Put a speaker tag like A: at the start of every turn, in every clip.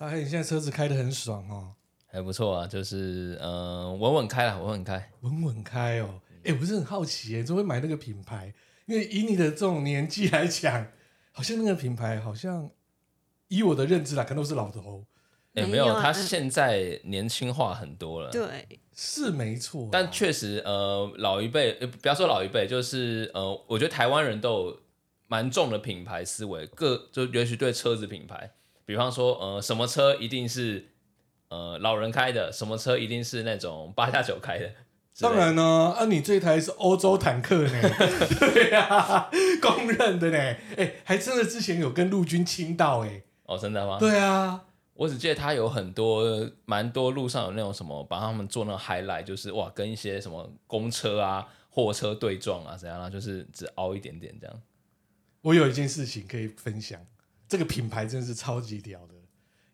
A: 哎车子开的很爽哦，
B: 还不错啊，就是嗯、呃稳稳开了，稳稳开。
A: 稳稳开哦。哎，我是很好奇耶，怎么会买那个品牌？因为以你的这种年纪来讲，好像那个品牌好像以我的认知啦，可能都是老头，
B: 哎，没
C: 没有
B: 有，
C: 啊
B: 它
C: 嗯
B: 现在年轻化很多了。
C: 对，
A: 是没错啊。
B: 但确实，呃，老一辈，呃不要说老一辈，就是呃，我觉得台湾人都有蛮重的品牌思维，各就也许对车子品牌，比方说，呃，什么车一定是呃老人开的，什么车一定是那种八加九开的，之类
A: 当
B: 的
A: 然呢、啊，你这台是欧洲坦克呢， 对啊，公认的呢，哎、还真的之前有跟陆军亲到哎、
B: 哦，真的吗？
A: 对啊，
B: 我只记得它有很多蛮多路上有那种什么，把他们做那种 highlight，就是哇，跟一些什么公车啊、货车对撞啊，怎样啊，就是只凹一点点这样。
A: 我有一件事情可以分享，这个品牌真是超级屌的，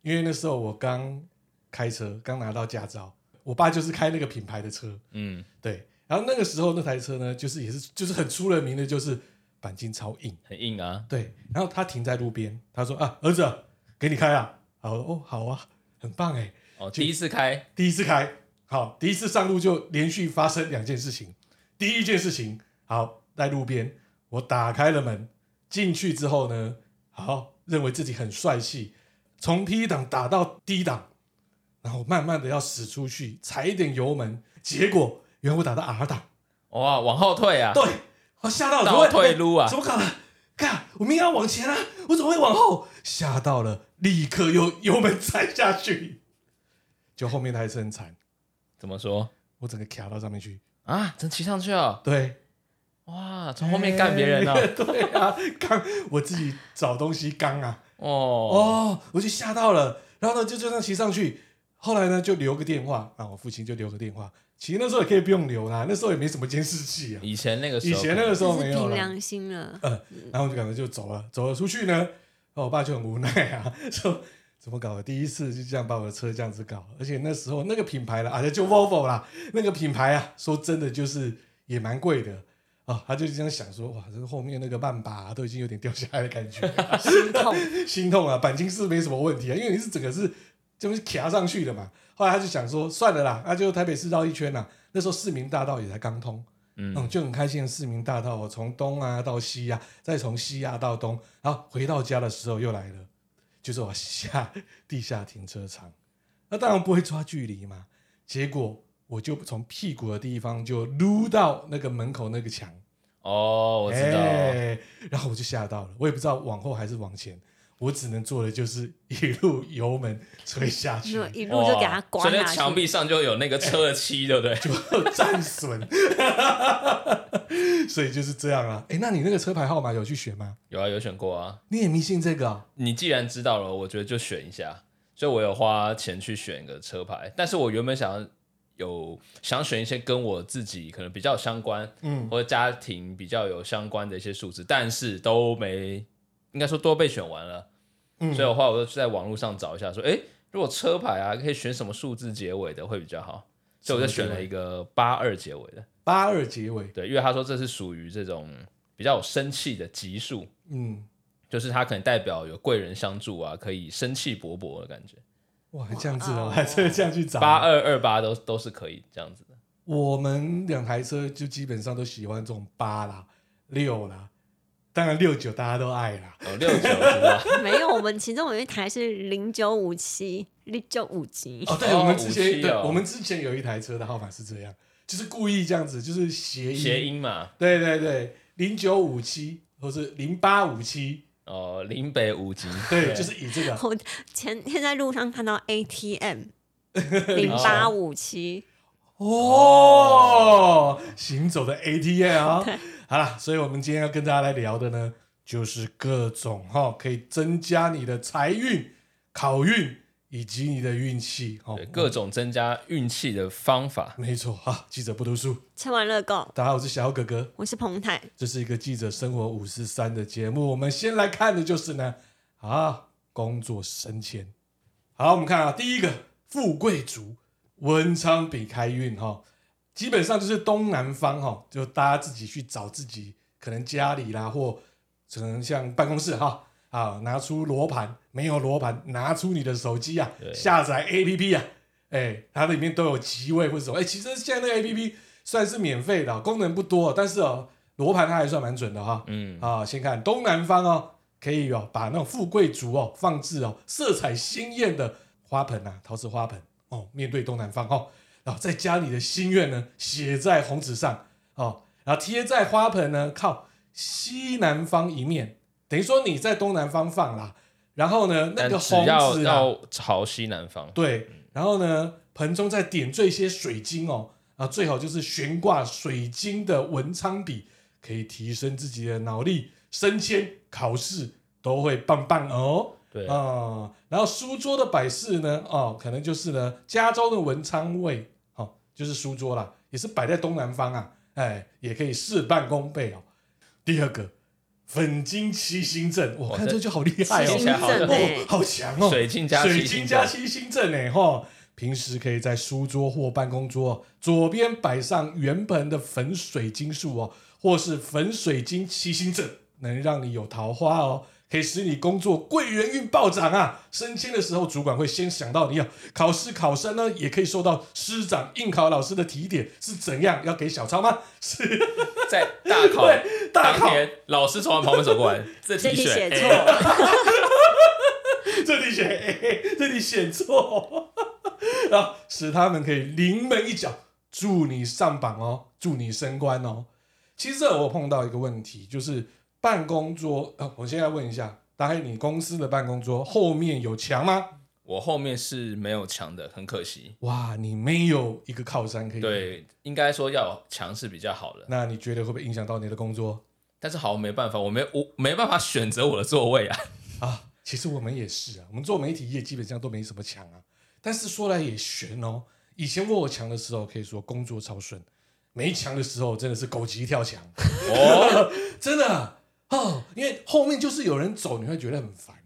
A: 因为那时候我刚开车，刚拿到驾照，我爸就是开那个品牌的车，
B: 嗯，
A: 对，然后那个时候那台车呢，就是也是就是很出了名的，就是钣金超硬。
B: 很硬啊。
A: 对，然后他停在路边，他说啊，儿子，给你开啊。好哦，好啊，很棒哎，
B: 哦，第一次开，
A: 第一次开，好，第一次上路就连续发生两件事情。第一件事情，好，在路边，我打开了门，进去之后呢，好，认为自己很帅气，从 P 档打到 D 档，然后慢慢的要驶出去，踩一点油门，结果原来我打到 R 档，
B: 哇，往后退啊。
A: 对，我吓到，怎
B: 倒
A: 么会
B: 退路啊
A: 怎么搞的？看，我明明要往前啊，我怎么会往后？吓到了，立刻又油门踩下去，就后面那还是很惨，
B: 怎么说
A: 我整个卡到上面去。
B: 啊？真骑上去哦！
A: 对，
B: 哇，从后面干别人哦！
A: 哎 对啊，刚我自己找东西刚啊，
B: 哦
A: 哦，我就吓到了，然后呢就这样骑上去。后来呢，就留个电话啊，我父亲就留个电话。其实那时候也可以不用留啦，那时候也没什么监视器啊。
B: 以前那个时
A: 以
B: 候，
A: 前那个时
C: 就
A: 候
C: 是
A: 没有
C: 凭
A: 啦。
C: 良心 了。
A: 呃，然后就感觉就走了，走了出去呢，然后我爸就很无奈啊， 说怎么搞的？第一次就这样把我的车这样子搞，而且那时候那个品牌了啊，就 Volvo 啦，那个品牌啊，说真的就是也蛮贵的。哦，他就这样想说，哇，这个后面那个曼巴、啊都已经有点掉下来的感觉，心痛， 心痛啊！钣金是没什么问题啊，因为你是整个是就是卡上去的嘛。后来他就想说，算了啦，那啊就台北市绕一圈啦、那时候市民大道也才刚通，
B: 嗯
A: 嗯，就很开心的市民大道、哦，从东啊到西啊，再从西啊到东，然后回到家的时候又来了，就是我下地下停车场，那当然不会抓距离嘛，结果我就从屁股的地方就撸到那个门口那个墙，
B: 哦，我知道，
A: 哎然后我就吓到了，我也不知道往后还是往前，我只能做的就是一路油门吹下 去
C: 就，一路就给他
B: 哇所
C: 刮
B: 以那
C: 下
B: 墙
C: 去，
B: 壁 上就有那个车的漆，对不对？
A: 就战损， 所以就是这样啊。哎，那你那个车牌号码有去选吗？
B: 有啊，有选过啊。
A: 你也迷信这个、啊？
B: 你既然知道了，我觉得就选一下。所以我有花钱去选一个车牌，但是我原本想要有想选一些跟我自己可能比较相关，
A: 嗯，
B: 或者家庭比较有相关的一些数字，但是都没，应该说都被选完了。
A: 嗯
B: 所以的话，我就在网络上找一下，说，哎、如果车牌啊，可以选什么数字结尾的会比较好。所以我就选了一个八二结尾的，
A: 八二结尾，
B: 对，因为他说这是属于这种比较有生气的级数，
A: 嗯，
B: 就是它可能代表有贵人相助啊，可以生气勃勃的感觉。
A: 哇，还这样子哦，
C: 哇
A: 还真 的这样去找
B: 八。二二八都都是可以这样子的。
A: 我们两台车就基本上都喜欢这种八啦、六啦，当然六九大家都爱啦。
B: 哦，六九 是吧？
C: 没有。我们其中有一台是零九五七，零九五七，
A: 哦，对，
B: 哦
A: 我们之前、
B: 57
A: 对，
B: 哦
A: 我们之前有一台车的号码是这样，就是故意这样子，就是谐音。
B: 谐。音嘛。
A: 对对对，零九五七或是零八五七，
B: 哦，林北五级，
A: 对，就是以这个。
C: 我前天在路上看到 ATM 零八五七，
A: 哦，行走的 ATM 啊、好啦，所以我们今天要跟大家来聊的呢，就是各种哈、可以增加你的财运、考运以及你的运气哦
B: 对。各种增加运气的方法。
A: 没错哈，记者不读书。
C: 吃完乐购，
A: 大家好，我是小哥哥，
C: 我是彭泰，
A: 这是一个记者生活五十三的节目。我们先来看的就是呢，啊，工作升迁。好，我们看啊，第一个富贵竹，文昌比开运哈、基本上就是东南方哈、就大家自己去找自己可能家里啦，或可能像办公室哈、啊，拿出罗盘，没有罗盘，拿出你的手机啊，
B: 对
A: 下载 APP 啊，哎，它里面都有机位或者什么，哎，其实现在那个 APP 算是免费的哦，功能不多哦，但是哦，罗盘它还算蛮准的哈、
B: 嗯，
A: 啊，先看东南方哦，可以哦，把那种富贵竹哦放置哦，色彩鲜艳的花盆啊，陶瓷花盆哦，面对东南方哦，然后再将你的心愿呢写在红纸上哦，然后贴在花盆呢靠西南方一面，等于说你在东南方放啦，然后呢那
B: 但
A: 个
B: 只
A: 红
B: 要
A: 纸啊，
B: 要朝西南方，
A: 对，然后呢盆中再点缀一些水晶哦，啊，最好就是悬挂水晶的文昌笔，可以提升自己的脑力，升迁、考试都会棒棒哦。
B: 对
A: 啊、，然后书桌的摆饰呢，哦，可能就是呢，加州的文昌位，哦，就是书桌啦，也是摆在东南方啊，哎，也可以事半功倍哦。第二个，粉金七星阵，我
B: 哇
A: 看
B: 这
A: 这就好厉害哦，
B: 七星阵欸
A: 哦
C: 哎，
A: 好强哦，
B: 水晶加
A: 水
B: 七
A: 晶
B: 星
A: 加
B: 阵
A: 七星阵哎哈。平时可以在书桌或办公桌左边摆上原盆的粉水晶树哦，或是粉水晶七星阵，能让你有桃花哦，可以使你工作贵人运暴涨啊！升迁的时候，主管会先想到你哦。考试考生呢，也可以受到师长、应考老师的提点，是怎样要给小抄吗？是
B: 在大考
A: 对大
B: 当
A: 考，
B: 天，老师从我旁边 走过来，这
C: 这
B: 题
C: 题写
B: 哎
C: 错，
A: 这里选 A，这里选错，然后使他们可以临门一脚，助你上榜哦，助你升官哦。其实这我碰到一个问题，就是办公桌，呃、我现在问一下，大概你公司的办公桌后面有墙吗？
B: 我后面是没有墙的，很可惜。
A: 哇，你没有一个靠山可以。，
B: 对，应该说要有墙是比较好的，
A: 那你觉得会不会影响到你的工作
B: 但是好像没办法，我没我没办法选择我的座位啊。
A: 啊？其实我们也是啊，我们做媒体业基本上都没什么墙啊。但是说来也悬哦，以前我有墙的时候，可以说工作超顺；没墙的时候，真的是狗急跳墙。
B: 哦，
A: 真的哦，因为后面就是有人走，你会觉得很烦。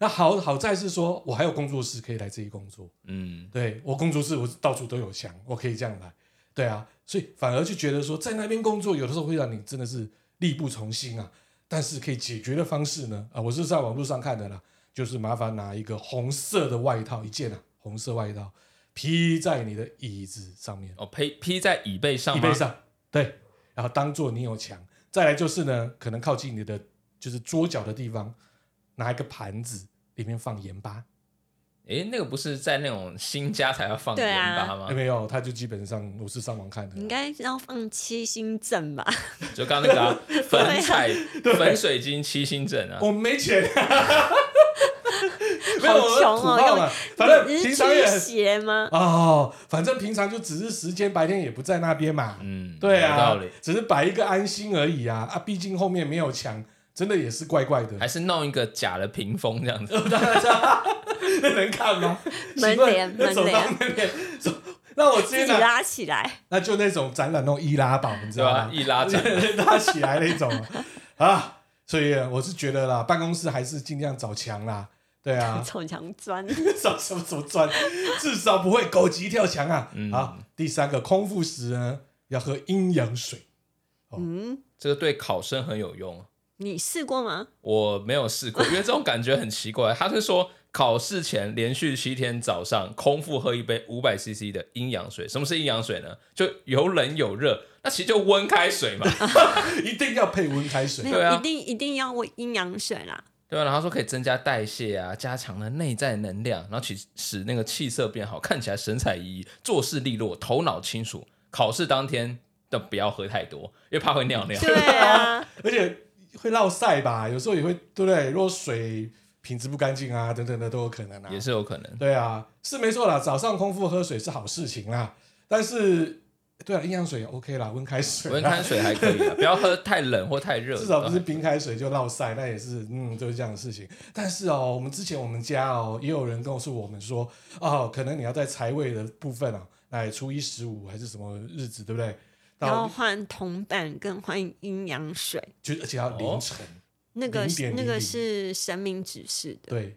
A: 那好好在是说我还有工作室可以来这里工作，
B: 嗯，
A: 对我工作室我到处都有墙，我可以这样来，对啊，所以反而就觉得说在那边工作有的时候会让你真的是力不从心啊。但是可以解决的方式呢，啊、我是在网络上看的啦，就是麻烦拿一个红色的外套一件啊，红色外套披在你的椅子上面，
B: 哦，披披在椅背上
A: 椅
B: 吗？
A: 背上，对，然后当做你有墙。再来就是呢，可能靠近你的就是桌角的地方，拿一个盘子，里面放盐巴，
B: 诶，那个不是在那种新家才要放
C: 对
B: 盐
C: 啊
B: 巴
A: 有、
B: 吗？
A: 没有？他就基本上我是上网看的
C: 你应，该要放七星阵吧？
B: 就刚刚那个、 啊、粉 彩、粉水晶七星阵啊，
A: 我没 钱，没有，
C: 好
A: 我是
C: 穷哦
A: 土炮嘛，反正
C: 你
A: 平
C: 是
A: 常也
C: 驱邪吗？
A: 哦，反正平常就只是时间白天也不在那边嘛，
B: 嗯，
A: 对
B: 有
A: 啊
B: 道理，。
A: 只是摆一个安心而已啊啊，毕竟后面没有墙，真的也是怪怪的，
B: 还是弄一个假的屏风这样
A: 哦
B: 子，
A: 那 能看 吗？
C: 门帘
A: 奇怪要走到那边，走那我直啊
C: 自
A: 接
C: 己
A: 拿，
C: 拉起来，，
A: 那就那种展览那种易拉宝，你知
B: 对
A: 道
B: 吧、
A: 吗？
B: 一拉 展，
A: 拉起来那种啊，所以我是觉得啦，办公室还是尽量找墙啦，对啊
C: 从墙钻。
A: 找什么什么砖，至少不会狗急跳墙啊。
B: 嗯
A: 好，第三个空腹时呢，要喝阴阳水。
C: 嗯，
B: 这个对考生很有用。啊
C: 你试过吗？
B: 我没有试过，因为这种感觉很奇怪。他是说考试前连续七天早上空腹喝一杯五百 CC 的阴阳水。什么是阴阳水呢？就有冷有热，那其实就温开水嘛。
A: 一定要配温开水
C: 没。
B: 对啊
C: 有，一定一定要喂阴阳水啦。
B: 对啊，然后说可以增加代谢啊，加强了内在能量，然后其使那个气色变好，看起来神采奕奕，做事利落，头脑清楚。考试当天但不要喝太多，因为怕会尿尿。
C: 对啊，
A: 而且会落晒吧，有时候也会，对不对？如果水品质不干净啊，等等的都有可能啊。
B: 也是有可能，
A: 对啊，是没错啦，早上空腹喝水是好事情啦，但是对啊，阴阳水也 OK 啦，温开水啦，
B: 温开水还可以啊，不要喝太冷或太热，
A: 至少不是冰开水就落晒，那也是嗯，就是这样的事情。但是哦，我们之前我们家哦，也有人告诉我们说，哦，可能你要在财位的部分啊，哎，初一十五还是什么日子，对不对？
C: 要
A: 到
C: 换铜板跟换阴阳水，
A: 就而且要凌
B: 哦
A: 晨，
C: 那个
A: 0.00
C: 那个是神明指示的。
A: 对，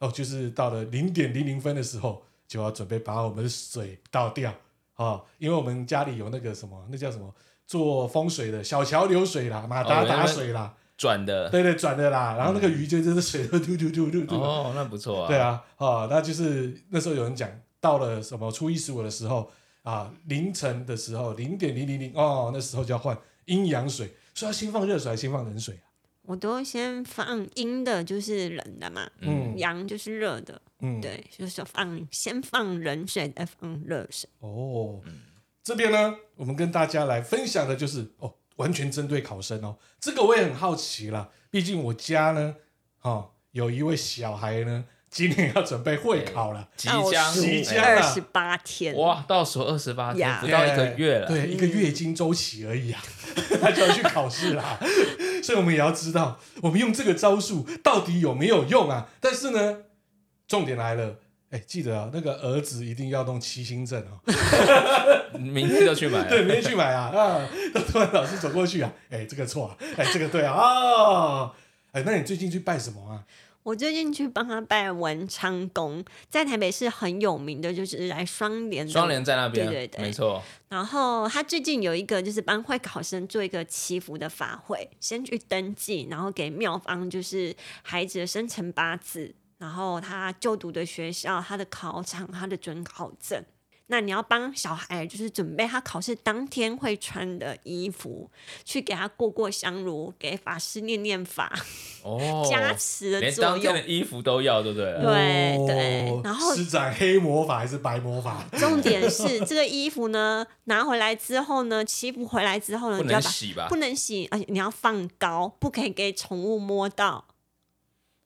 A: 哦，就是到了零点零零分的时候，就要准备把我们的水倒掉啊、哦，因为我们家里有那个什么，那叫什么？做风水的小桥流水啦，马达
B: 哦原来嗯
A: 打水啦，
B: 转的。
A: 对对，转的啦。然后那个鱼就就是水都嘟嘟嘟嘟嘟。
B: 哦，那不错啊。
A: 对，啊，哦，那就是那时候有人讲，到了什么初一十五的时候啊，凌晨的时候零点零零零哦，那时候就要换阴阳水，所以要先放热水还是先放冷水啊？
C: 我都先放阴的，就是冷的嘛，
A: 嗯
C: 阳就是热的，
A: 嗯，
C: 对，就是放先放冷水，再放热水。
A: 哦，这边呢，我们跟大家来分享的就是哦，完全针对考生哦，这个我也很好奇啦，毕竟我家呢，哦，有一位小孩呢，今年要准备会考了，
B: 即将哎
A: 即将
C: 二
A: 啊
C: 十八天，
B: 哇，倒数二十八天，
C: 呀
B: 不到一个月了。
A: 对，一个
C: 嗯
A: 月经周期而已啊， 他就要去考试啦。 所以我们也要知道，我们用这个招数到底有没有用啊？但是呢，重点来了，哎，记得啊，那个儿子一定要弄七星阵哦，
B: 哎明天就去买
A: 对，
B: 了。
A: 明天去买啊啊！那突然老师走过去啊，哎，这个错啊，哎，这个对啊，哦，哎，那你最近去拜什么啊？
C: 我最近去帮他拜文昌宫，在台北市很有名的，就是来双联的
B: 双联在那边，
C: 对对对
B: 没错。
C: 然后他最近有一个就是帮会考生做一个祈福的法会，先去登记，然后给妙方就是孩子的生辰八字，然后他就读的学校、他的考场、他的准考证。那你要帮小孩就是准备他考试当天会穿的衣服，去给他过过香炉，给法师念念法，
B: 哦，
C: 加持的
B: 连
C: 作
B: 当天
C: 用
B: 的。衣服都要，对不对了？
C: 对
A: 哦
C: 对然后
A: 施展黑魔法还是白魔法？
C: 重点是这个衣服呢，拿回来之后呢，祈福回来之后呢，
B: 不
C: 你嗯就要
B: 能
C: 把
B: 洗吧
C: 不？能洗，而且你要放高，不可以给宠物摸到。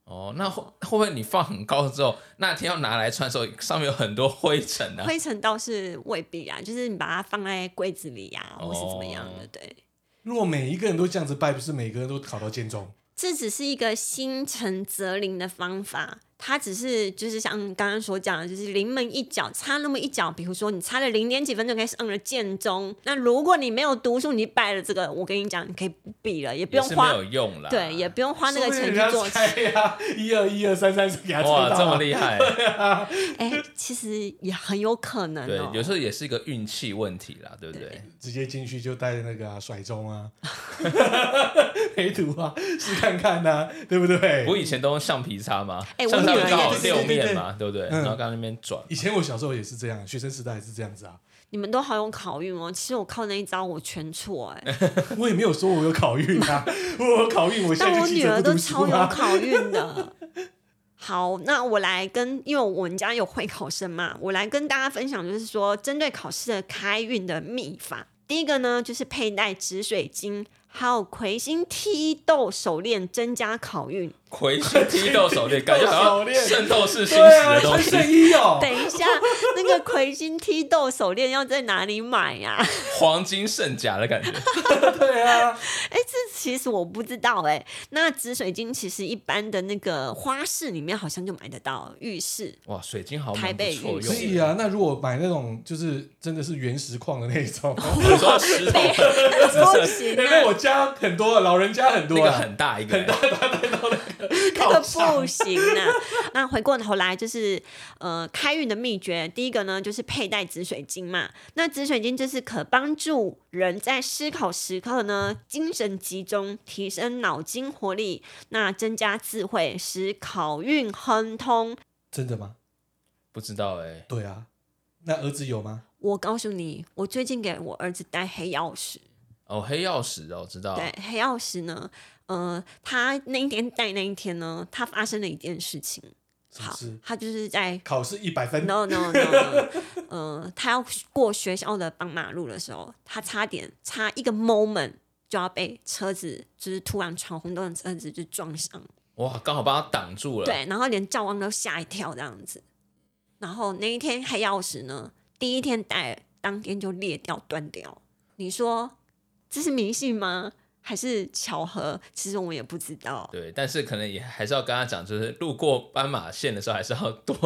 B: 哦，那会会不会你放很高之后，那天要拿来穿的时候，上面有很多灰尘啊？
C: 灰尘倒是未必啊，就是你把它放在柜子里呀、或是怎么样的。
B: 哦
C: 对，
A: 如果每一个人都这样子拜，不是每个人都考到建中？
C: 这只是一个心诚则灵的方法。它只是就是像刚刚所讲的，就是临门一脚，差那么一脚。比如说你差了零点几分就可以上了建中，那如果你没有读书，你拜了这个，我跟你讲，你可以不必了，也不
B: 也
C: 用
B: 是没
C: 花
B: 有用啦。
C: 对，也不用花那
A: 说
C: 个
A: 不定人
C: 钱去
A: 家
C: 做
A: 猜呀，一二一二三三四，给他猜到
B: 哇，
A: 啊
B: 这么厉害！
C: 哎、其实也很有可能
B: 对
C: 哦、，
B: 有时候也是一个运气问题啦，对不对？
A: 直接进去就带那个、啊、甩钟啊， 陪读啊，试看看呐、啊，对不对？
B: 我以前都用橡皮擦嘛，
C: 哎我
B: 橡皮
C: 女儿
B: 擦
C: 也
B: 刚好
C: 是
B: 六面嘛，对不对？
A: 嗯
B: 然后刚那边转，
A: 以前我小时候也是这样，学生时代也是这样子啊。
C: 你们都好有考运哦。其实我靠那一招我全错哎、
A: 我也没有说我有考运啊，我有考运，我现
C: 但
A: 在
C: 我
A: 就记
C: 女
A: 者
C: 儿
A: 不
C: 都
A: 读书
C: 超有
A: 啊。
C: 考 运的。好，那我来跟，因为我们家有会考生嘛，我来跟大家分享，就是说针对考试的开运的秘法。第一个呢，就是佩戴紫水晶，还有魁星踢豆手链，增加考运。
A: 哦
B: 魁星踢豆手链，感觉
A: 手
B: 好像
A: 链
B: 圣斗士星
A: 对
B: 矢
A: 啊，
B: 的东
A: 穿
B: 西，
A: 睡衣哦，
C: 等一下，那个魁星踢豆手链要在哪里买啊呀、
B: 黄金圣甲的感觉。
A: 对啊，
C: 哎，这其实我不知道哎、那紫水晶其实一般的那个花市里面好像就买得到，浴 室
B: 哇，水晶好像
C: 台
B: 蛮
C: 北
B: 不错
C: 玉
A: 所
B: 用
A: 以
B: 的。
A: 啊，那如果买那种就是真的是原石矿的那种，
C: 哦
B: 有时候 石头
C: 不行
A: 因为
C: 啊，
A: 我家很多老人家很多
B: 那个
A: 啊，
B: 很大一个，欸
C: 这
A: 考
C: 个
A: 场
C: 不行啊。那回过头来就是呃，开运的秘诀，第一个呢就是佩戴紫水晶嘛。那紫水晶就是可帮助人在思考时刻呢精神集中，提升脑筋活力，那增加智慧，使考运亨通。
A: 真的吗？
B: 不知道哎、
A: 对啊，那儿子有吗？
C: 我告诉你，我最近给我儿子戴黑曜石。
B: 哦，黑曜石哦，知道。
C: 对，黑曜石呢，呃，他那一天戴那一天呢，他发生了一件事情。
A: 是不
C: 好
A: 是，
C: 他就是在
A: 考试一百分？
C: no no no，, no 呃，他要过学校的斑马路的时候，他差点差一个 moment 就要被车子，就是突然闯红灯的车子就撞上，
B: 哇，刚好帮他挡住了。
C: 对，然后连教官都吓一跳这样子。然后那一天黑曜石呢，第一天戴，当天就裂掉断掉。你说这是迷信吗？还是巧合？其实我们也不知道。
B: 对，但是可能也还是要跟他讲，就是路过斑马线的时候，还是要多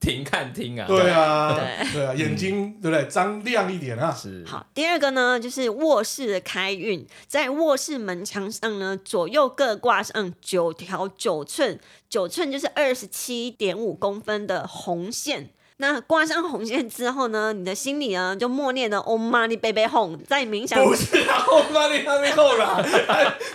B: 停看听啊。嗯
A: 对，啊，
C: 对
A: 对啊，眼睛对不对？张亮一点啊，
B: 是
C: 好，第二个呢，就是卧室的开运，在卧室门墙上呢，左右各挂上九条九寸，九寸就是二十七点五公分的红线。那挂上红线之后呢，你的心里呢就默念的 “Om Mani p a b y Home”，在冥想
A: 不是啊，我妈你还没后啦，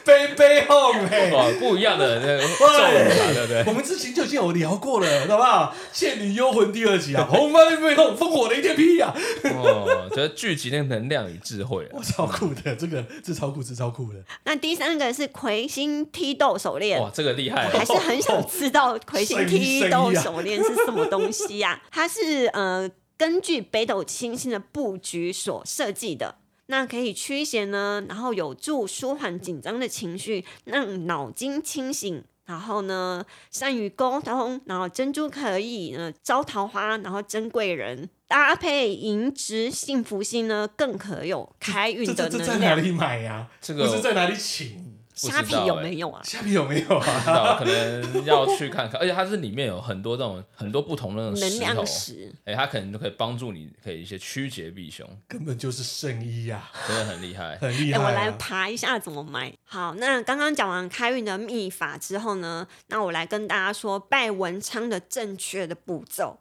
A: 背背后嘞。
B: 哇，不一样的那个咒语嘛，对不对？
A: 我们之前就已经有聊过了，好不好？《倩女幽魂》第二集啊，红妈你背后烽火雷电劈呀、啊！
B: 哦，就是聚集那个能量与智慧啊
A: 哇，超酷的，这个这超酷，这超酷的。
C: 那第三个是魁星踢豆手链，
B: 哇，这个厉
A: 哎
B: 害
C: 还
B: 啊，
C: 是很想知道魁 星踢豆手链是什么东
A: 啊
C: 西呀、它是呃根据北斗七星的布局所设计的，那可以驱邪呢，然后有助舒缓紧张的情绪，让脑筋清醒。然后呢，善于沟通，然后珍珠可以呢呃招桃花，然后珍贵人，搭配银质幸福星呢，更可有开
A: 这
C: 运
A: 这
C: 的
A: 这在
C: 能
A: 哪
C: 量。
A: 里买呀、
B: 这
A: 不
B: 个
A: 是在哪里请？
B: 不
C: 虾
B: 知
C: 皮
B: 道
C: 有
B: 欸
C: 没有啊？
A: 虾皮有没有啊？
B: 不知道可能要去看看，而且它是里面有很多这种很多不同的那
A: 哦
B: 种
C: 能
B: 石头
C: 量，石，
B: 哎、它可能就可以帮助你，可以一些驱邪避凶，
A: 根本就是圣衣呀、
B: 真的很厉害。
A: 很厉
C: 哎、
A: 害、啊
C: 我来爬一下怎么买。好，那刚刚讲完开运的秘法之后呢，那我来跟大家说拜文昌的正确的步骤。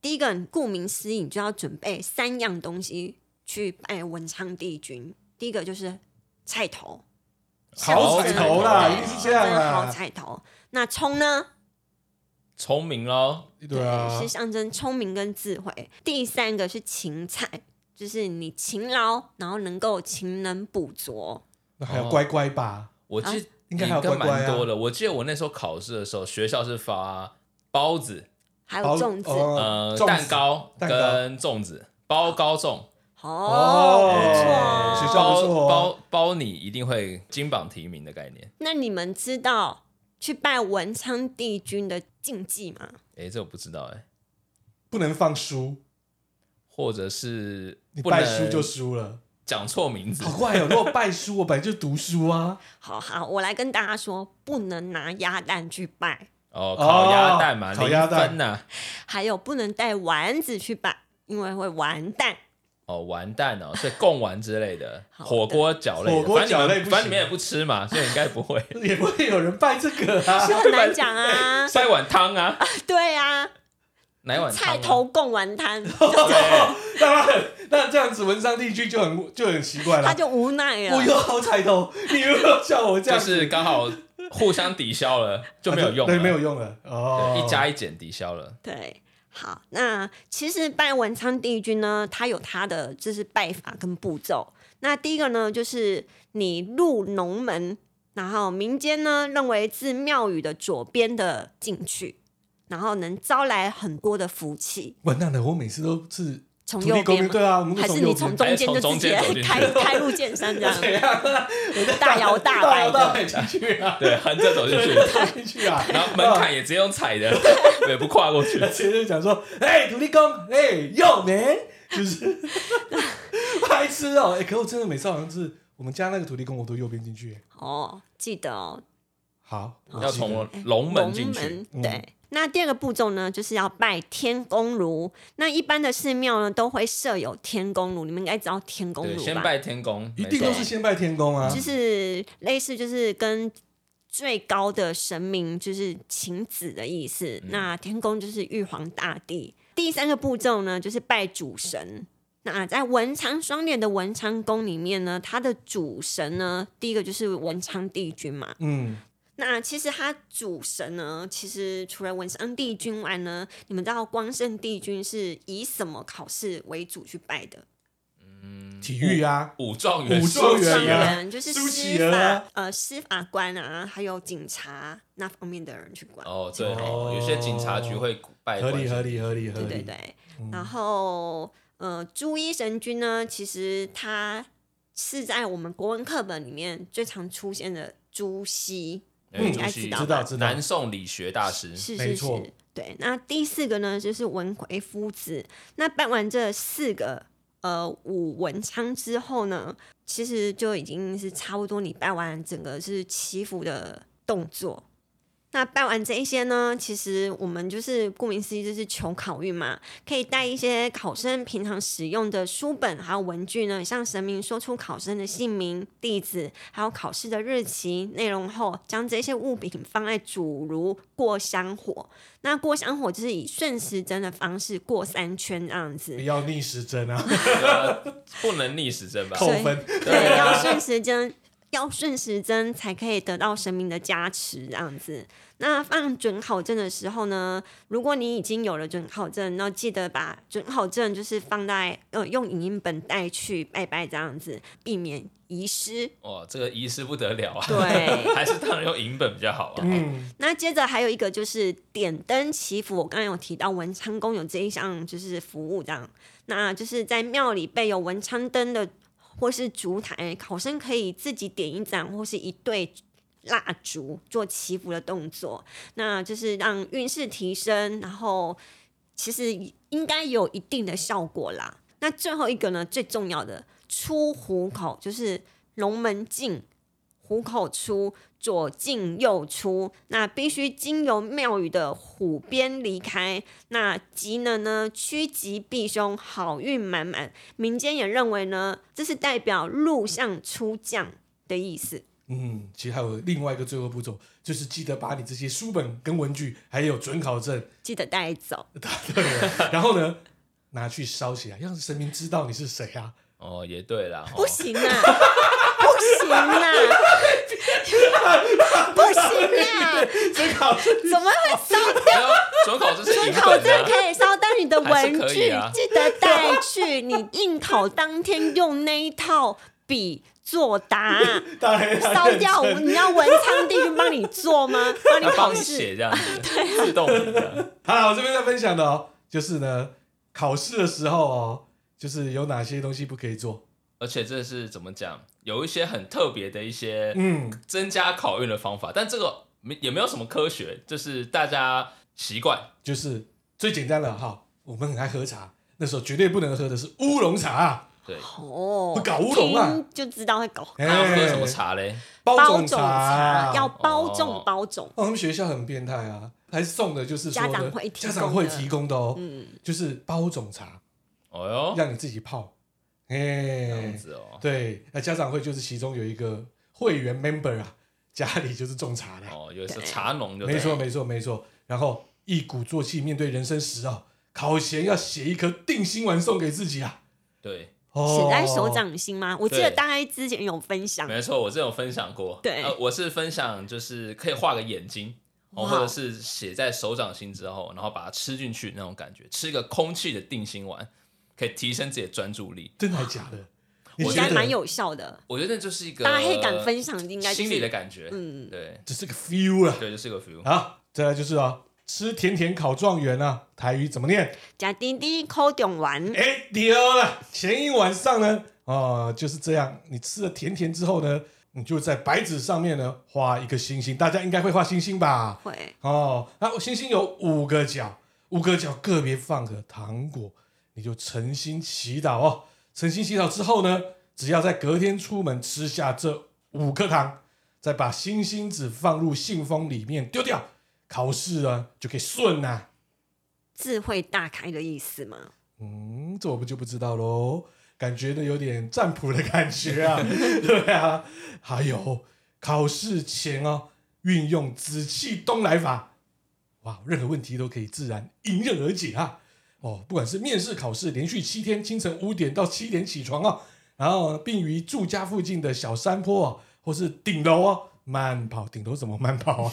C: 第一个，顾名思义，你就要准备三样东西去拜文昌帝君。第一个就是菜头，
A: 好彩头啦，
B: 对
A: 一定是这样啊
C: 真的好
A: 啦。
C: 菜头。那葱呢？
B: 聪明喽，
A: 对啊
C: 是，象征聪明跟智慧。第三个是芹菜，就是你勤劳，然后能够勤能补拙。
A: 那还有乖乖吧，
B: 我记、
C: 啊
A: 应该还有乖乖啊
B: 蛮多的。我记得我那时候考试的时候，学校是发包子、
C: 还有
A: 包
C: 粽子，哦，
A: 哦
B: 呃
A: 粽子
B: 蛋糕
A: 蛋糕
B: 跟粽子，包糕粽，
C: 不哦错
A: 哎
C: 哦。
A: 学校不
B: 包
A: 错哦
B: 包包你一定会金榜题名的概念。
C: 那你们知道去拜文昌帝君的禁忌吗？
B: 哎、这我不知道哎、
A: 不能放书，
B: 或者是
A: 你
B: 不
A: 拜
B: 能
A: 书就输了，
B: 讲错名字
A: 好，怪 哦！如果拜书，我本来就读书啊，
C: 好好，我来跟大家说，不能拿鸭蛋去拜，
B: 哦，烤鸭蛋嘛，
A: 哦
B: 零
A: 烤鸭蛋
B: 分呐、
C: 还有不能带丸子去拜，因为会 完蛋。
B: 哦，完蛋哦，所以贡丸之类的，
C: 好的
B: 火锅饺类的，
A: 火锅
B: 反正你
A: 饺类
B: 们
A: 不
B: 反正你
A: 行啊
B: 们也不吃嘛，所以应该不会。，
A: 也不会有人拜这个啊
C: 是。很难讲啊
B: 塞碗汤 啊，
C: 对啊，
B: 哪一碗汤、啊？
C: 菜头贡 丸 摊，
A: 那很那这样子，文商地区就很就很奇怪
C: 他
A: 了。
C: 就无奈
A: 我
C: 了。
A: 有好彩头，你如果叫我这
B: 就
A: 样子，啊
B: 是刚好互相抵消了，就没有用了，
A: 对，没有用了。哦，
B: 对，一加一减抵消了。
C: 对，好，那其实拜文昌帝君呢，他有他的就是拜法跟步骤。那第一个呢，就是你入农门，然后民间呢认为自庙宇的左边的进去，然后能招来很多的福气。
A: 完蛋了，我每次都是
C: 从
A: 土
C: 右
A: 地公
C: 边
A: 民，
C: 吗？
A: 对啊，我们都
C: 还是
A: 从右
C: 你
A: 边
C: 从中间
B: 还
C: 就是
B: 哎从中间走进去
C: 直接开开路见山这样
A: 怎样啊？我在
C: 大摇大摆
A: 大摇
C: 的？
A: 摆进去啊，
B: 对，横着走进 去，
A: 踏进去啊，
B: 然后门槛也直接用 踩的，对，不跨过去。
A: 直接就讲说，哎，土地公，哎，右门，就是 白痴哦。哎，可我真的每次好像是我们家那个土地公，我都右边进去。
C: 哦，记得哦，
A: 好，我
B: 要
A: 记得
B: 从龙门进
C: 龙
B: 去，嗯
C: 门对。那第二个步骤呢，就是要拜天公炉。那一般的寺庙呢，都会设有天公炉，你们应该知道天公
B: 对，
C: 炉
B: 先
C: 吧？
B: 拜天公，
A: 一
B: 没
A: 定
B: 错
A: 都是先拜天公啊
C: 就。是类似，就是跟最高的神明就是请子的意思。
B: 嗯
C: 那天公就是玉皇大帝。第三个步骤呢，就是拜主神。那在文昌双联的文昌宫里面呢，它的主神呢，第一个就是文昌帝君嘛，
A: 嗯，
C: 那其实他主神呢，其实除了文昌帝君外呢，你们知道光圣帝君是以什么考试为主去拜的？
B: 嗯
A: 体育啊，
B: 武状元，
A: 武状元啊
B: 书记啊
C: 就是
A: 苏
C: 司
A: 乞
C: 法、
A: 儿啊
C: 呃司法官啊，还有警察那方面的人去管。
B: 哦，对，
A: 哦
B: 有些警察局会拜
A: 合
B: 关
A: 理
B: 系
A: 合理合理合
C: 对
A: 理。
C: 对对，
B: 嗯
C: 然后呃，朱一神君呢，其实他是在我们国文课本里面最常出现的朱熹，
B: 哎
A: 嗯
B: 朱
C: 应该
B: 熹
C: 知道
A: 知
C: 吧
A: 道知道
B: 南宋理学大师，
C: 是
A: 没
C: 是
A: 错
C: 是，对。那第四个呢，就是文魁夫子。那办完这四个呃武文昌之后呢，其实就已经是差不多你办完整个是祈福的动作。那拜完这一些呢，其实我们就是顾名思义就是求考运嘛，可以带一些考生平常使用的书本还有文具呢，向神明说出考生的姓名、地址，还有考试的日期、内容后，将这些物品放在主炉过香火。那过香火就是以顺时针的方式过三圈这样子
A: 不。要逆时针啊，
B: 对啊不能逆时针吧？
A: 扣分。
C: 对，要顺时针，要顺时针才可以得到神明的加持，这样子。那放准考证的时候呢，如果你已经有了准考证，那记得把准考证就是放在呃用影音本带去拜拜这样子，避免遗失。
B: 哇，这个遗失不得了啊！
C: 对，
B: 还是当然用银本比较好啊。
A: 嗯，
C: 那接着还有一个就是点灯祈福，我刚才有提到文昌宫有这一项就是服务这样，那就是在庙里备有文昌灯的或是烛台，考生可以自己点一盏或是一对。蜡烛做祈福的动作，那就是让运势提升，然后其实应该有一定的效果啦。那最后一个呢，最重要的出虎口就是龙门进，虎口出，左进右出，那必须经由庙宇的虎边离开。那吉能呢，趋吉避凶，好运满满。民间也认为呢，这是代表路上出将的意思。
A: 嗯，其实还有另外一个最后步骤，就是记得把你这些书本跟文具，还有准考 证，
C: 记得带走，
A: 对，然后呢，拿去烧起来，让神明知道你是谁 啊。
B: 哦，也对啦，哦
C: 不行啊，不 行啊，不行啊，
A: 准考证
C: 怎么会烧掉？
B: 没有准考这是银
C: 考
B: 本
C: 证
B: 啊。
C: 可以烧，但你的
B: 还是
C: 文
B: 可以
C: 具、
B: 啊
C: 记得带去。你应考当天用那一套笔作 答，
A: 当然要
C: 烧
A: 认
C: 掉
A: 真
C: 你要文昌帝君帮你做吗？帮你
B: 他
C: 考
B: 帮你
C: 试？
B: 写这 样子，自动的。
A: 好了，我这边在分享的哦，就是呢，考试的时候哦，就是有哪些东西不可以做。
B: 而且这是怎么讲？有一些很特别的一些
A: 嗯，
B: 增加考运的方法，但这个没也没有什么科学，就是大家习惯。
A: 就是最简单了哈。我们很爱喝茶，那时候绝对不能喝的是乌龙茶啊，
B: 对，
C: 哦
A: 会，搞乌龙啊
C: 听就知道会搞
A: 哎
B: 那要喝什么茶嘞？
A: 包
C: 包
A: 种
C: 种
A: 茶
C: 要包种
B: 哦
C: 包种，
A: 哦，他们学校很变态啊，还送的就是说呢
C: 家长会提供
A: 家
C: 的
A: 长会提供的哦，
C: 嗯，
A: 就是包种茶，
B: 哦哟，
A: 让你自己泡。
B: 这样
A: 哎，
B: 子哦。
A: 对，那家长会就是其中有一个会员 member 啊，家里就是种茶的，
B: 哦，有是
C: 对
B: 茶农就对
A: 没
B: 了
A: 错，没错，没错。然后一鼓作气面对人生时啊，考前要写一颗定心丸送给自己啊，
B: 对，
A: 哦，
C: 写在手掌心吗？我记得
B: 对
C: 大概之前有分享，
B: 没错，我这有分享过。
C: 对
B: 呃，我是分享就是可以画个眼睛，哦、
C: 哇
B: 或者是写在手掌心之后，然后把它吃进去那种感觉，吃一个空气的定心丸，可以提升自己的专注力。
A: 真的还假的？你
B: 我
C: 应
A: 觉
C: 该
A: 得
C: 蛮有效的。
B: 我觉得那就是一个
C: 大家黑敢分享，应该就
B: 心里的
C: 是
B: 感觉，
C: 嗯
B: 对
A: 只是个 feel 了。
B: 对，就是一个 feel。
A: 好，再来就是啊，吃甜甜考状元啊，台语怎么念？
C: 假滴滴抠点完，
A: 哎，丢了。前一晚上呢，哦、就是这样。你吃了甜甜之后呢，你就在白纸上面呢画一个星星，大家应该会画星星吧？
C: 会
A: 哦，那星星有五个角，五个角个别放个糖果，你就诚心祈祷哦。诚心祈祷之后呢，只要在隔天出门吃下这五颗糖，再把星星纸放入信封里面丢掉，考试啊就可以顺啦、
C: 智慧大开的意思吗？
A: 嗯，这我们就不知道喽，感觉呢有点占卜的感觉啊，对啊。还有考试前哦，运用紫气东来法，哇，任何问题都可以自然迎刃而解啊。哦，不管是面试、考试，连续七天，清晨五点到七点起床啊，然后并于住家附近的小山坡啊，或是顶楼啊，慢跑。顶楼怎么慢跑啊？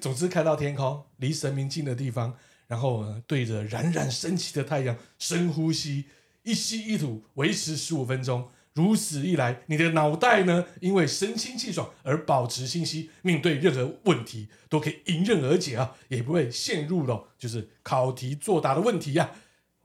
A: 总之看到天空，离神明近的地方，然后呢对着冉冉升起的太阳深呼吸，一吸一吐，维持十五分钟。如此一来，你的脑袋呢，因为神清气爽而保持清晰，面对任何问题都可以迎刃而解啊，也不会陷入了就是考题作答的问题呀、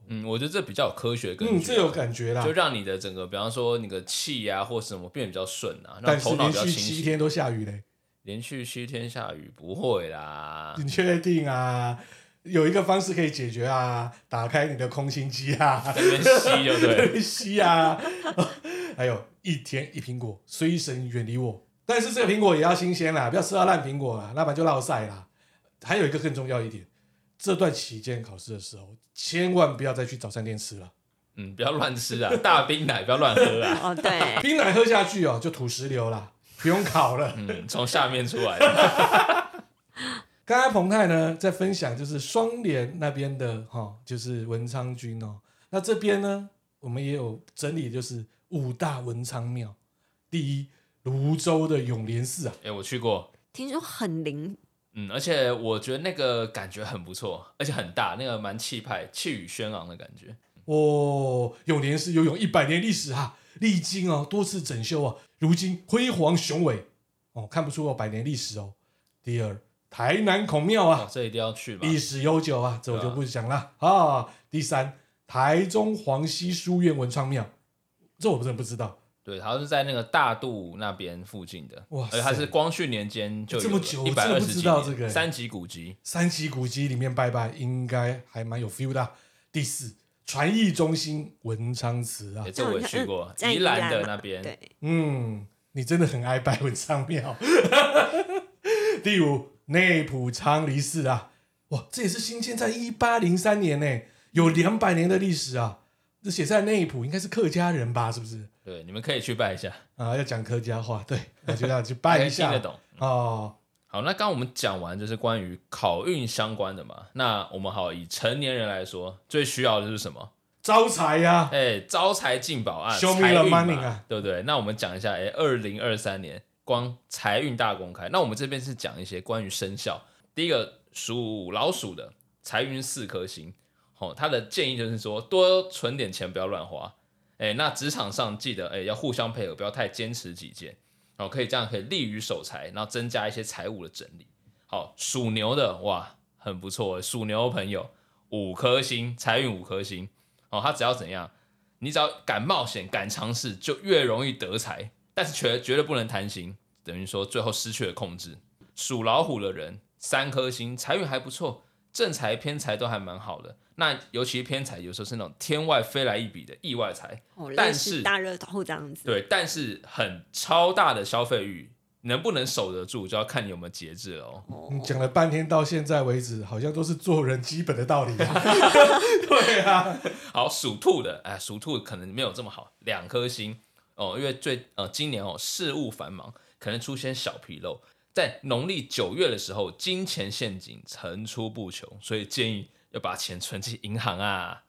B: 嗯，我觉得这比较有科学根据，啊
A: 嗯，这有感觉啦
B: 就。让你的整个，比方说你的气呀、或什么变得比较顺啊，让
A: 但是
B: 头脑
A: 连
B: 比较
A: 续
B: 清
A: 七
B: 晰。
A: 天都下雨 嘞，
B: 连续七天下雨不会啦，
A: 你确定啊？有一个方式可以解决啊，打开你的空心机啊。
B: 在那边吸就对 了。
A: 西啊，还有一天一苹果，随神远离我。但是这个苹果也要新鲜啦，不要吃到烂苹果啦，要不然就落晒啦。还有一个更重要一点，这段期间考试的时候，千万不要再去早餐店吃了，
B: 嗯，不要乱吃啊， 大冰奶不要乱喝啊，
C: 哦，对，
A: 冰奶喝下去哦，就吐石榴啦，不用考了。
B: 嗯，从下面出来的，
A: 刚刚彭泰呢在分享就是双联那边的哈、就是文昌君哦。那这边呢，我们也有整理，就是五大文昌庙。第一，泸州的永联寺啊，
B: 哎、我去过，
C: 听说很灵，
B: 嗯，而且我觉得那个感觉很不错，而且很大，那个蛮气派、气宇轩昂的感觉。
A: 哦，永联寺拥有一百年历史啊，历经哦多次整修啊，如今辉煌雄伟哦，看不出哦百年历史哦。第二，台南孔庙啊
B: 哦，，这一定要去吧？
A: 历史悠久啊，这我就
B: 对啊
A: 不讲了啊、第三，台中黄溪书院文昌庙，这我真的不知道，
B: 对，好像是在那个大肚那边附近的，
A: 哇
B: 而且它是光绪年间就有
A: 这么久
B: 一
A: 我
B: 百
A: 真
B: 二
A: 的不
B: 十
A: 知
B: 几
A: 道
B: 年
A: 这个欸
B: 三级古籍，
A: 三旗古迹里面拜拜，应该还蛮有 feel 的啊、第四，传艺中心文昌祠啊
B: 欸，这我也去过
C: 嗯，在宜
B: 兰
C: 兰
B: 的
C: 嘛
B: 那边，
C: 对，
A: 嗯，你真的很爱拜文昌庙。 第五，内埔昌黎寺啊，哇，这也是新建在一八零三年呢、有两百年的历史啊。这写在内埔，应该是客家人吧？是不是？
B: 对，你们可以去拜一下，
A: 啊，要讲客家话，对，我就要去
B: 大
A: 拜
B: 家
A: 一
B: 哎听
A: 下。
B: 得懂。
A: 哦，
B: 好，那刚刚我们讲完就是关于考运相关的嘛，那我们好以成年人来说，最需要的就是什么？
A: 招财呀、
B: 哎、招财进宝啊，
A: 啊 Show me
B: 财运
A: the
B: 嘛
A: money 啊
B: 对不对？那我们讲一下，哎、2二零二三年光财运大公开，那我们这边是讲一些关于生肖，第一个属老鼠的财运四颗星，哦，他的建议就是说多存点钱，不要乱花。哎、那职场上记得，哎、要互相配合，不要太坚持己见，哦，可以这样可以利于守财，然后增加一些财务的整理。好，属牛的哇，很不错耶，属牛的朋友五颗星，财运五颗星。哦，他只要怎样，你只要敢冒险、敢尝试，就越容易得财。但是绝绝对不能贪心，等于说最后失去了控制。属老虎的人三颗星，财运还不错，正财偏财都还蛮好的。那尤其偏财，有时候是那种天外飞来一笔的意外财，
C: 哦，
B: 但
C: 类似
B: 是
C: 大热头这样子，
B: 对，但是很超大的消费欲，能不能守得住，就要看你有没有节制了哦。
C: 哦
A: 你讲了半天，到现在为止，好像都是做人基本的道理、啊。对啊，
B: 好，属兔的，哎，属兔可能没有这么好，两颗星哦，因为最呃今年哦事务繁忙，可能出现小纰漏，在农历九月的时候，金钱陷阱层出不穷，所以建议要把钱存进银行啊。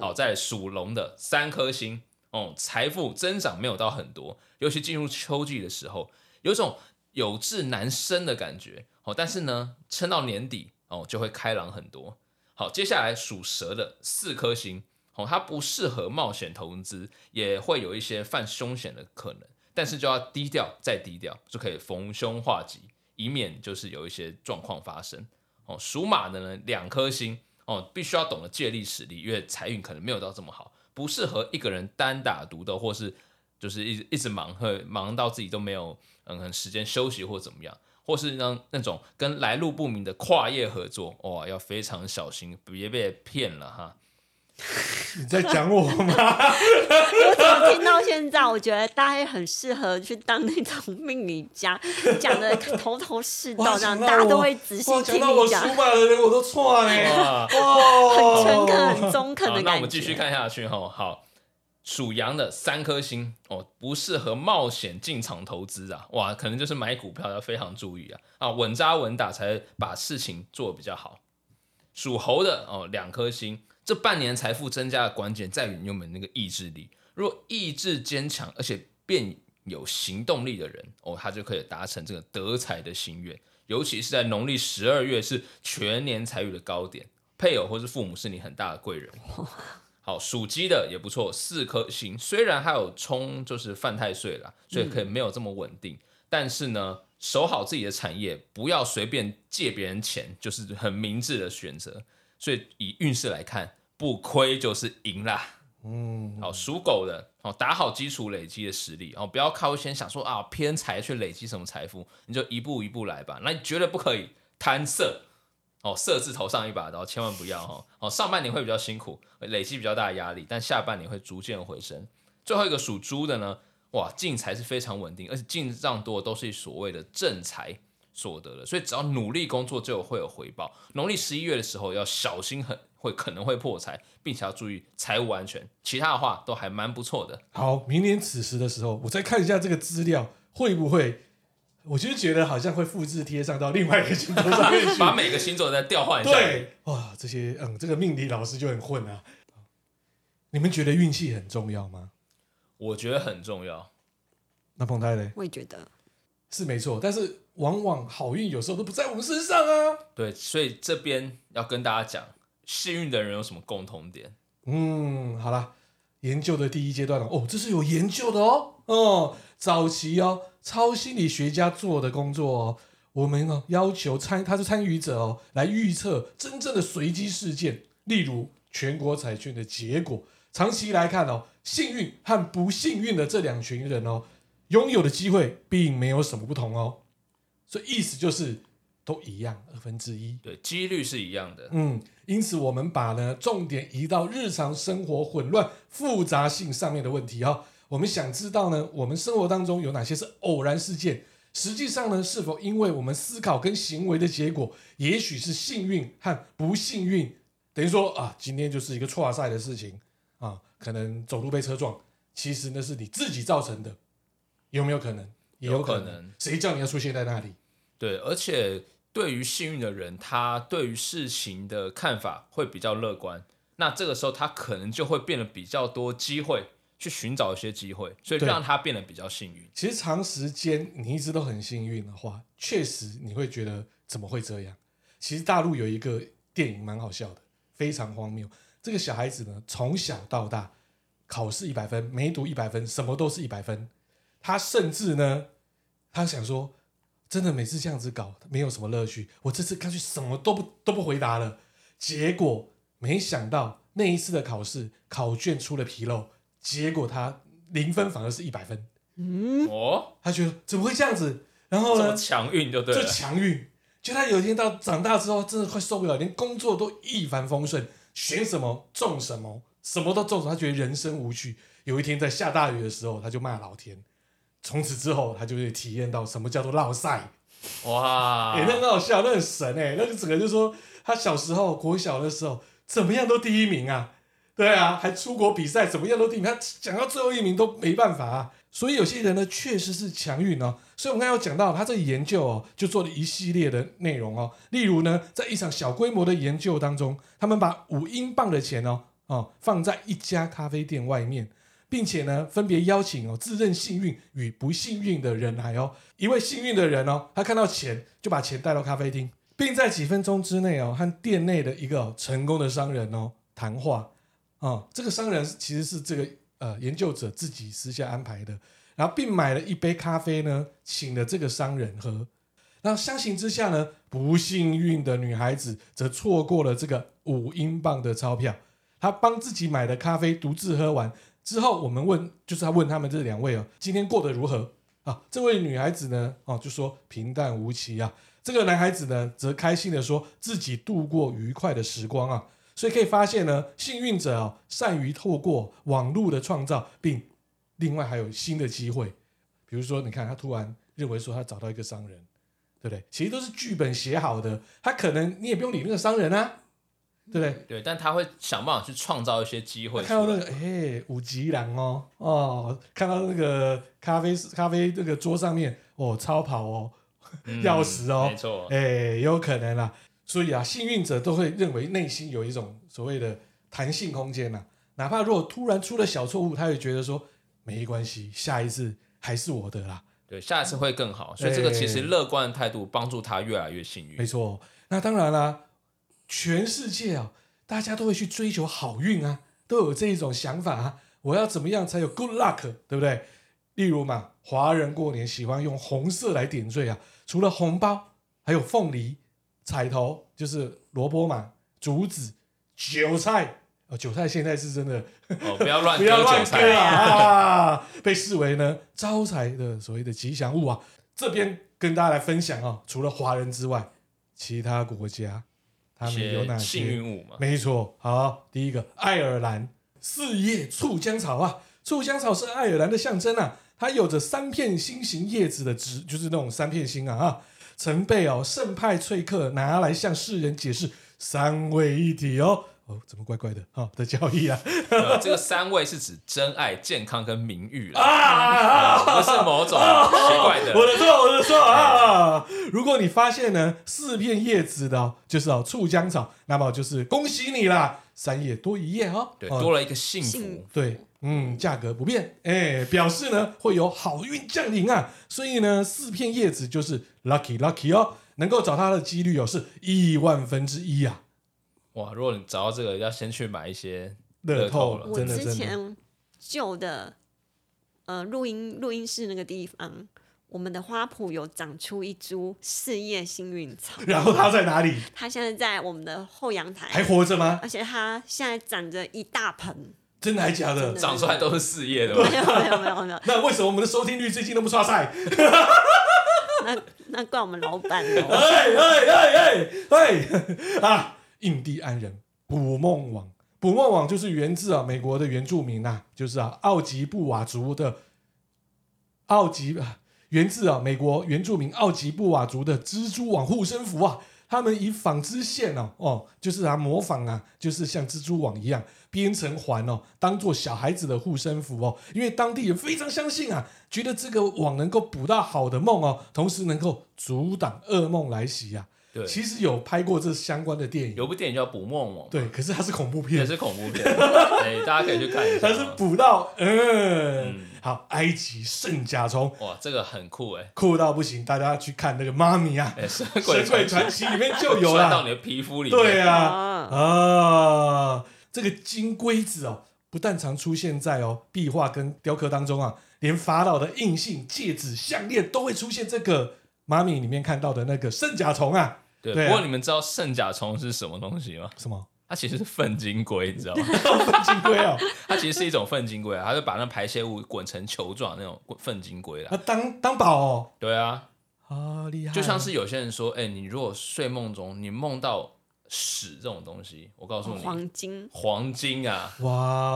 B: 好，在属龙的三颗星哦，财富增长没有到很多，尤其进入秋季的时候，有种有志难伸的感觉哦。但是呢，撑到年底哦，就会开朗很多。好，接下来属蛇的四颗星哦，它不适合冒险投资，也会有一些犯凶险的可能，但是就要低调再低调，就可以逢凶化吉，以免就是有一些状况发生。哦，属马的呢，两颗星哦，必须要懂得借力使力，因为财运可能没有到这么好，不适合一个人单打独斗，或是就是一直一直忙，会忙到自己都没有嗯可能时间休息或怎么样，或是让那种跟来路不明的跨业合作，哇，要非常小心，别被骗了哈。
A: 你在讲我吗？
C: 我怎么听到现在，我觉得大家很适合去当那种 命理家，讲的头头是道，
A: 哇
C: 这样
A: 讲到
C: 大家都
A: 我
C: 会仔细
A: 哇
C: 听
A: 讲到我
C: 你
A: 属
C: 讲，
A: 马的人，我都错嘞、
B: 哇
A: 哦，
C: 诚恳、 啊很中肯
B: 好，
C: 的
B: 那我
C: 感
B: 们继续
C: 觉。
B: 看下去哈。好，属羊的三颗星哦，不适合冒险进场投资啊，哇，可能就是买股票要非常注意啊啊，稳扎稳打才把事情做得比较好。属猴的哦，两颗星，这半年财富增加的关键在于你有没有那个意志力。如果意志坚强，而且便有行动力的人哦，他就可以达成这个得财的心愿。尤其是在农历十二月是全年财运的高点，配偶或是父母是你很大的贵人。好，属鸡的也不错，四颗星。虽然还有冲，就是犯太岁啦，所以可以没有这么稳定。但是呢，守好自己的产业，不要随便借别人钱，就是很明智的选择。所以以运势来看，不亏就是赢啦。
A: 嗯，
B: 好，属狗的哦，打好基础累积的实力哦，不要靠先想说啊偏财去累积什么财富，你就一步一步来吧。那你绝对不可以贪色哦，色字头上一把刀，千万不要哦。哦，上半年会比较辛苦，累积比较大的压力，但下半年会逐渐回升。最后一个属猪的呢，哇，进财是非常稳定，而且进账多都是所谓的正财所得的，所以只要努力工作就有会有回报。农历十一月的时候要小心很，会可能会破财，并且要注意财务安全。其他的话都还蛮不错的。
A: 好，明年此时的时候，我再看一下这个资料会不会，我就觉得好像会复制贴上到另外一个星座上面 去。
B: 把每个星座再调换一下，
A: 对，哇，这些嗯，这个命理老师就很混啊。你们觉得运气很重要吗？
B: 我觉得很重要。
A: 那彭太嘞
C: 我也觉得
A: 是没错，但是往往好运有时候都不在我们身上啊。
B: 对，所以这边要跟大家讲，幸运的人有什么共同点？
A: 嗯，好啦，研究的第一阶段了哦，这是有研究的哦，哦，早期哦，超心理学家做的工作哦，我们呢要求参他是参与者哦，来预测真正的随机事件，例如全国彩券的结果。长期来看哦，幸运和不幸运的这两群人哦，拥有的机会并没有什么不同哦，所以意思就是都一样，二分之一。
B: 对，几率是一样的。
A: 嗯，因此我们把呢重点移到日常生活混乱复杂性上面的问题哦。我们想知道呢，我们生活当中有哪些是偶然事件？实际上呢，是否因为我们思考跟行为的结果，也许是幸运和不幸运？等于说啊，今天就是一个错赛的事情啊，可能走路被车撞，其实那是你自己造成的，有没有可能？也
B: 有
A: 可
B: 可能
A: 谁叫你要出现在那里？
B: 对，而且对于幸运的人，他对于事情的看法会比较乐观。那这个时候，他可能就会变得比较多机会，去寻找一些机会，所以
A: 对
B: 让他变得比较幸运。
A: 其实长时间你一直都很幸运的话，确实你会觉得怎么会这样？其实大陆有一个电影蛮好笑的，非常荒谬。这个小孩子呢，从小到大考试一百分，没读一百分，什么都是一百分。他甚至呢，他想说，真的每次这样子搞没有什么乐趣，我这次干脆什么都不都不回答了。结果没想到那一次的考试考卷出了纰漏，结果他零分反而是一百分。嗯
B: 哦，
A: 他觉得怎么会这样子？然后
B: 这么
A: 呢，
B: 强运就对
A: 就
B: 了。
A: 强运。就他有一天到长大之后，真的快受不了，连工作都一帆风顺，选什么中什么，什么都中什么，他觉得人生无趣。有一天在下大雨的时候，他就骂老天。从此之后，他就会体验到什么叫做落赛。
B: 哇，
A: 哎、那很好笑，那很神哎、那个整个就说他小时候国小的时候怎么样都第一名啊，对啊，还出国比赛怎么样都第一名，他讲到最后一名都没办法啊。所以有些人呢确实是强运哦，所以我们刚才有讲到他这个研究哦，就做了一系列的内容哦，例如呢，在一场小规模的研究当中，他们把五英镑的钱哦哦放在一家咖啡店外面，并且呢，分别邀请哦自认幸运与不幸运的人来哦。一位幸运的人哦，他看到钱就把钱带到咖啡厅，并在几分钟之内哦和店内的一个、哦成功的商人哦谈话。哦，这个商人其实是这个呃研究者自己私下安排的，然后并买了一杯咖啡呢，请了这个商人喝。那相形之下呢，不幸运的女孩子则错过了这个五英镑的钞票。她帮自己买的咖啡独自喝完之后，我们问，就是她问他们这两位哦，今天过得如何啊？这位女孩子呢，哦，就说平淡无奇啊。这个男孩子呢，则开心的说自己度过愉快的时光啊。所以可以发现呢，幸运者哦，善于透过网络的创造，并另外还有新的机会。比如说，你看他突然认为说他找到一个商人，对不对？其实都是剧本写好的，他可能你也不用理那个商人啊，对不对？
B: 对，但他会想办法去创造一些机会
A: 他
B: 出来。
A: 看到那个哎、五级狼哦哦，看到那个咖啡咖啡那个桌上面哦超跑哦
B: 嗯
A: 钥匙哦
B: 没错，
A: 哎、有可能啦。所以啊，幸运者都会认为内心有一种所谓的弹性空间呐、哪怕如果突然出了小错误，他也觉得说没关系，下一次还是我的啦。
B: 对，下一次会更好。所以这个其实乐观的态度帮助他越来越幸
A: 哎没
B: 运。
A: 错，那当然啦、全世界啊，大家都会去追求好运啊，都有这一种想法啊，我要怎么样才有 good luck，对不对？例如嘛，华人过年喜欢用红色来点缀啊，除了红包，还有凤梨、彩头，就是萝卜嘛，竹子、韭菜。哦，韭菜现在是真的
B: 哦，不要乱
A: 不要
B: 割
A: 乱
B: 韭
A: 割
B: 菜。
A: 啊！啊被视为呢招财的所谓的吉祥物啊。这边跟大家来分享啊、除了华人之外，其他国家他
B: 一
A: 们有哪
B: 些
A: 些
B: 幸运物嘛？
A: 没错，好，第一个爱尔兰四叶醋浆草啊，醋浆草是爱尔兰的象征啊，它有着三片心形叶子的植，就是那种三片心啊啊，曾被哦圣派翠克拿来向世人解释三位一体哦哦，怎么怪怪的啊、的教义啊
B: 呃这个三位是指真爱、健康跟名誉
A: 啊
B: 啦，
A: 啊啊！
B: 不是某种奇怪
A: 我
B: 的。
A: 的错，我的错啊！如果你发现呢，四片叶子的、哦，就是哦醋浆草，那么就是恭喜你啦，三叶多一叶哦。
B: 对，
A: 哦
B: 多了一个幸福
C: 幸。
A: 对，嗯，价格不变，哎，表示呢会有好运降临啊，所以呢四片叶子就是 lucky lucky 哦，能够找它的几率哦是亿万分之一啊，
B: 哇，如果你找到这个，要先去买一些
A: 乐
B: 乐
A: 透
B: 透
A: 了
B: 了，
C: 我
A: 真的
C: 之
A: 真的。
C: 前旧的呃录音录音室那个地方，我们的花圃有长出一株四叶幸运草，
A: 然后它在哪里？
C: 它现在在我们的后阳
A: 还
C: 台，
A: 活着吗？
C: 而且它现在长着一大盆。
A: 真的还假的
C: 真？的
B: 长出来都是事业的嘛。
C: 没有没有没有没有，
A: 那为什么我们的收听率最近都不刷赛？
C: 那那怪我们老板哦。
A: 哎哎哎哎哎啊！印第安人捕梦网，捕梦网就是源自啊美国的原住民啊，就是啊奥吉布瓦族的奥吉，啊源自啊美国原住民奥吉布瓦族的蜘蛛网护身符啊。他们以纺织线哦哦，就是啊模仿啊，就是像蜘蛛网一样编成环哦，当做小孩子的护身符哦。因为当地人非常相信啊，觉得这个网能够捕到好的梦哦，同时能够阻挡噩梦来袭啊。
B: 对，
A: 其实有拍过这相关的电影，
B: 有部电影叫《捕梦网》，
A: 对，可是它是恐怖
B: 也
A: 片，
B: 是恐怖 片，哎，大家可以去看一下
A: 它
B: 啊。
A: 是捕到，嗯
B: 嗯，
A: 好，埃及圣甲虫
B: 哇，这个很酷哎，
A: 酷到不行，大家去看那个妈咪啊，
B: 哎，神
A: 《神鬼
B: 鬼
A: 传
B: 传
A: 奇》里面就有
B: 钻到
A: 啦，
B: 你的皮肤里面。
A: 对啊，
C: 啊，
A: 啊，这个金龟子哦，不但常出现在哦壁画跟雕刻当中啊，连法老的印信、戒指、项链都会出现这个妈咪里面看到的那个圣甲虫啊，
B: 对，
A: 对啊
B: 不过你们知道圣甲虫是什么东西吗？
A: 什 么
B: 它其实是粪金龟，你知道吗？
A: 金龟哦，
B: 它其实是一种粪金龟啊，它就把那排泄物滚成球状那种粪金龟啦
A: 啊。当当宝哦，
B: 对啊，
A: 啊厉害，
B: 就
C: 嗯
B: 像是有些人说，哎、你如果睡梦中你梦到屎这种东西，我告诉你，
C: 哦黄金
B: 黄金啊，
A: 哇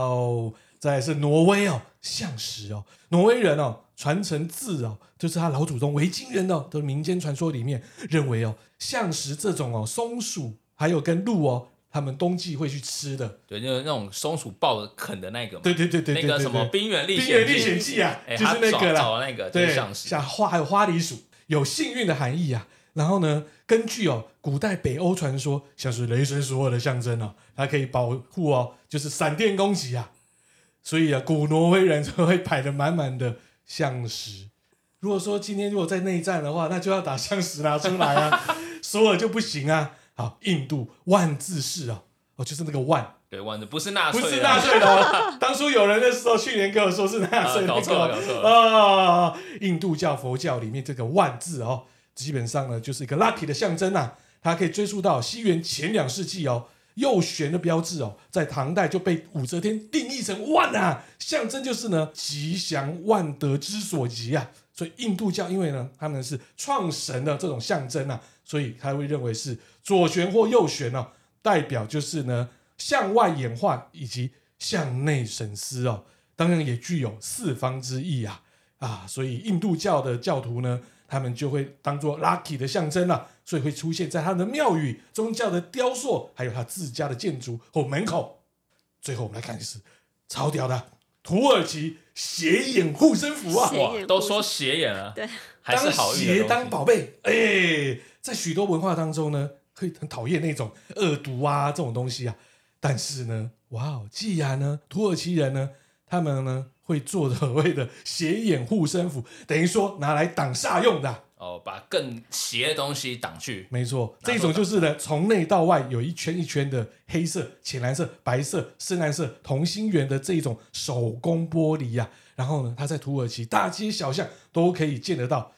A: 哦，再来是挪威哦，象石哦，挪威人哦，传承自哦，就是他老祖宗维京人哦的民间传说里面认为哦，象石这种哦松鼠还有跟鹿哦，他们冬季会去吃的。
B: 对，就是那种松鼠抱着啃的那个嘛，
A: 对对对对对
B: 那
A: 对
B: 个什么
A: 对
B: 《冰原历
A: 冰
B: 险
A: 原
B: 记》
A: 历险记啊，
B: 哎、
A: 就是
B: 他
A: 那个
B: 找
A: 啦，
B: 找那个就是
A: 对
B: 像，是
A: 像花还有花梨鼠有幸运的含义啊。然后呢，根据哦古代北欧传说，像是雷神索尔的象征哦，它可以保护哦，就是闪电攻击啊。所以啊，古挪威人就会摆的满满的象石。如果说今天如果在内战的话，那就要打象石拿出来 啊，索尔就不行啊。好，印度万字式啊，哦，就是那个万，
B: 对，完全不是纳
A: 不
B: 粹、啊，
A: 是纳粹的哦。当初有人的时候，去年跟我说是纳粹、那个哦
B: 啊搞错了搞错
A: 啊！印度教、佛教里面这个万字哦，基本上呢就是一个 lucky 的象征啊，它可以追溯到西元前两世纪哦。右旋的标志哦，在唐代就被武则天定义成万啊，象征就是呢吉祥万德之所及啊。所以印度教因为呢他们是创神的这种象征啊，所以他会认为是左旋或右旋哦，代表就是呢向外演化以及向内省思哦，当然也具有四方之意啊啊，所以印度教的教徒呢，他们就会当做 lucky 的象征啦、啊所以会出现在他们的庙宇、宗教的雕塑，还有他自家的建筑或门口。最后我们来看一次超屌的土耳其斜眼护身符啊！
C: 斜
B: 哇
C: 眼，
B: 都说斜眼了，
C: 对，
B: 还是好运
A: 当鞋
B: 的东西
A: 当宝贝，哎、在许多文化当中呢，会很讨厌那种恶毒啊这种东西啊。但是呢，哇哦，既然呢，土耳其人呢，他们呢会做所谓的斜眼护身符，等于说拿来挡煞用的啊、
B: 哦，把更邪的东西挡去，
A: 没错，
B: 拿
A: 这
B: 手
A: 种就是呢，从内到外有一圈一圈的黑色、浅蓝色、白色、深蓝色同心圆的这一种手工玻璃呀、啊。然后呢，它在土耳其大街小巷都可以见得到。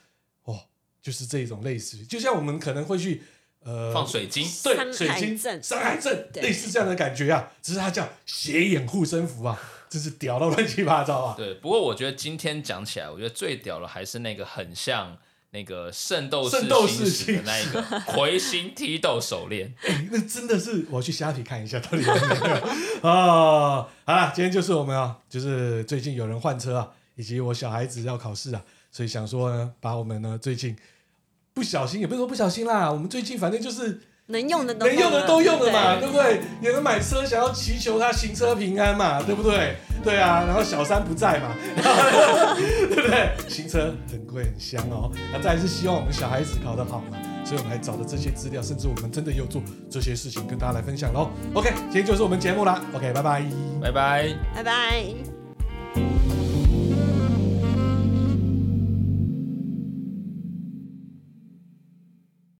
A: 哦，就是这种类似，就像我们可能会去呃
B: 放水晶，
A: 对
C: 山
A: 水
C: 海
A: 晶
C: 镇
A: 山海镇
C: 对
A: 类似这样的感觉啊，只是它叫斜眼护身符啊，真是屌到乱七八糟啊！
B: 对，不过我觉得今天讲起来，我觉得最屌的还是那个很像那个圣斗士
A: 圣斗士
B: 星矢的那一个魁星踢斗手链。
A: 哎那真的是我要去虾皮看一下到底有没有啊！好啦，今天就是我们啊，就是最近有人换车啊，以及我小孩子要考试啊，所以想说呢，把我们呢最近不小心，也不是说不小心啦，我们最近反正就是
C: 能用的都
A: 能用的都用了嘛，
C: 对
A: 对不对？有人买车想要祈求他行车平安嘛，对不对？对啊，然后小三不在嘛， 对不对？行车很贵很香哦，那再来是希望我们小孩子考得好嘛，所以我们还找了这些资料，甚至我们真的有做这些事情跟大家来分享喽。OK，今天就是我们节目啦，OK，拜拜。
B: 拜拜。
C: 拜拜。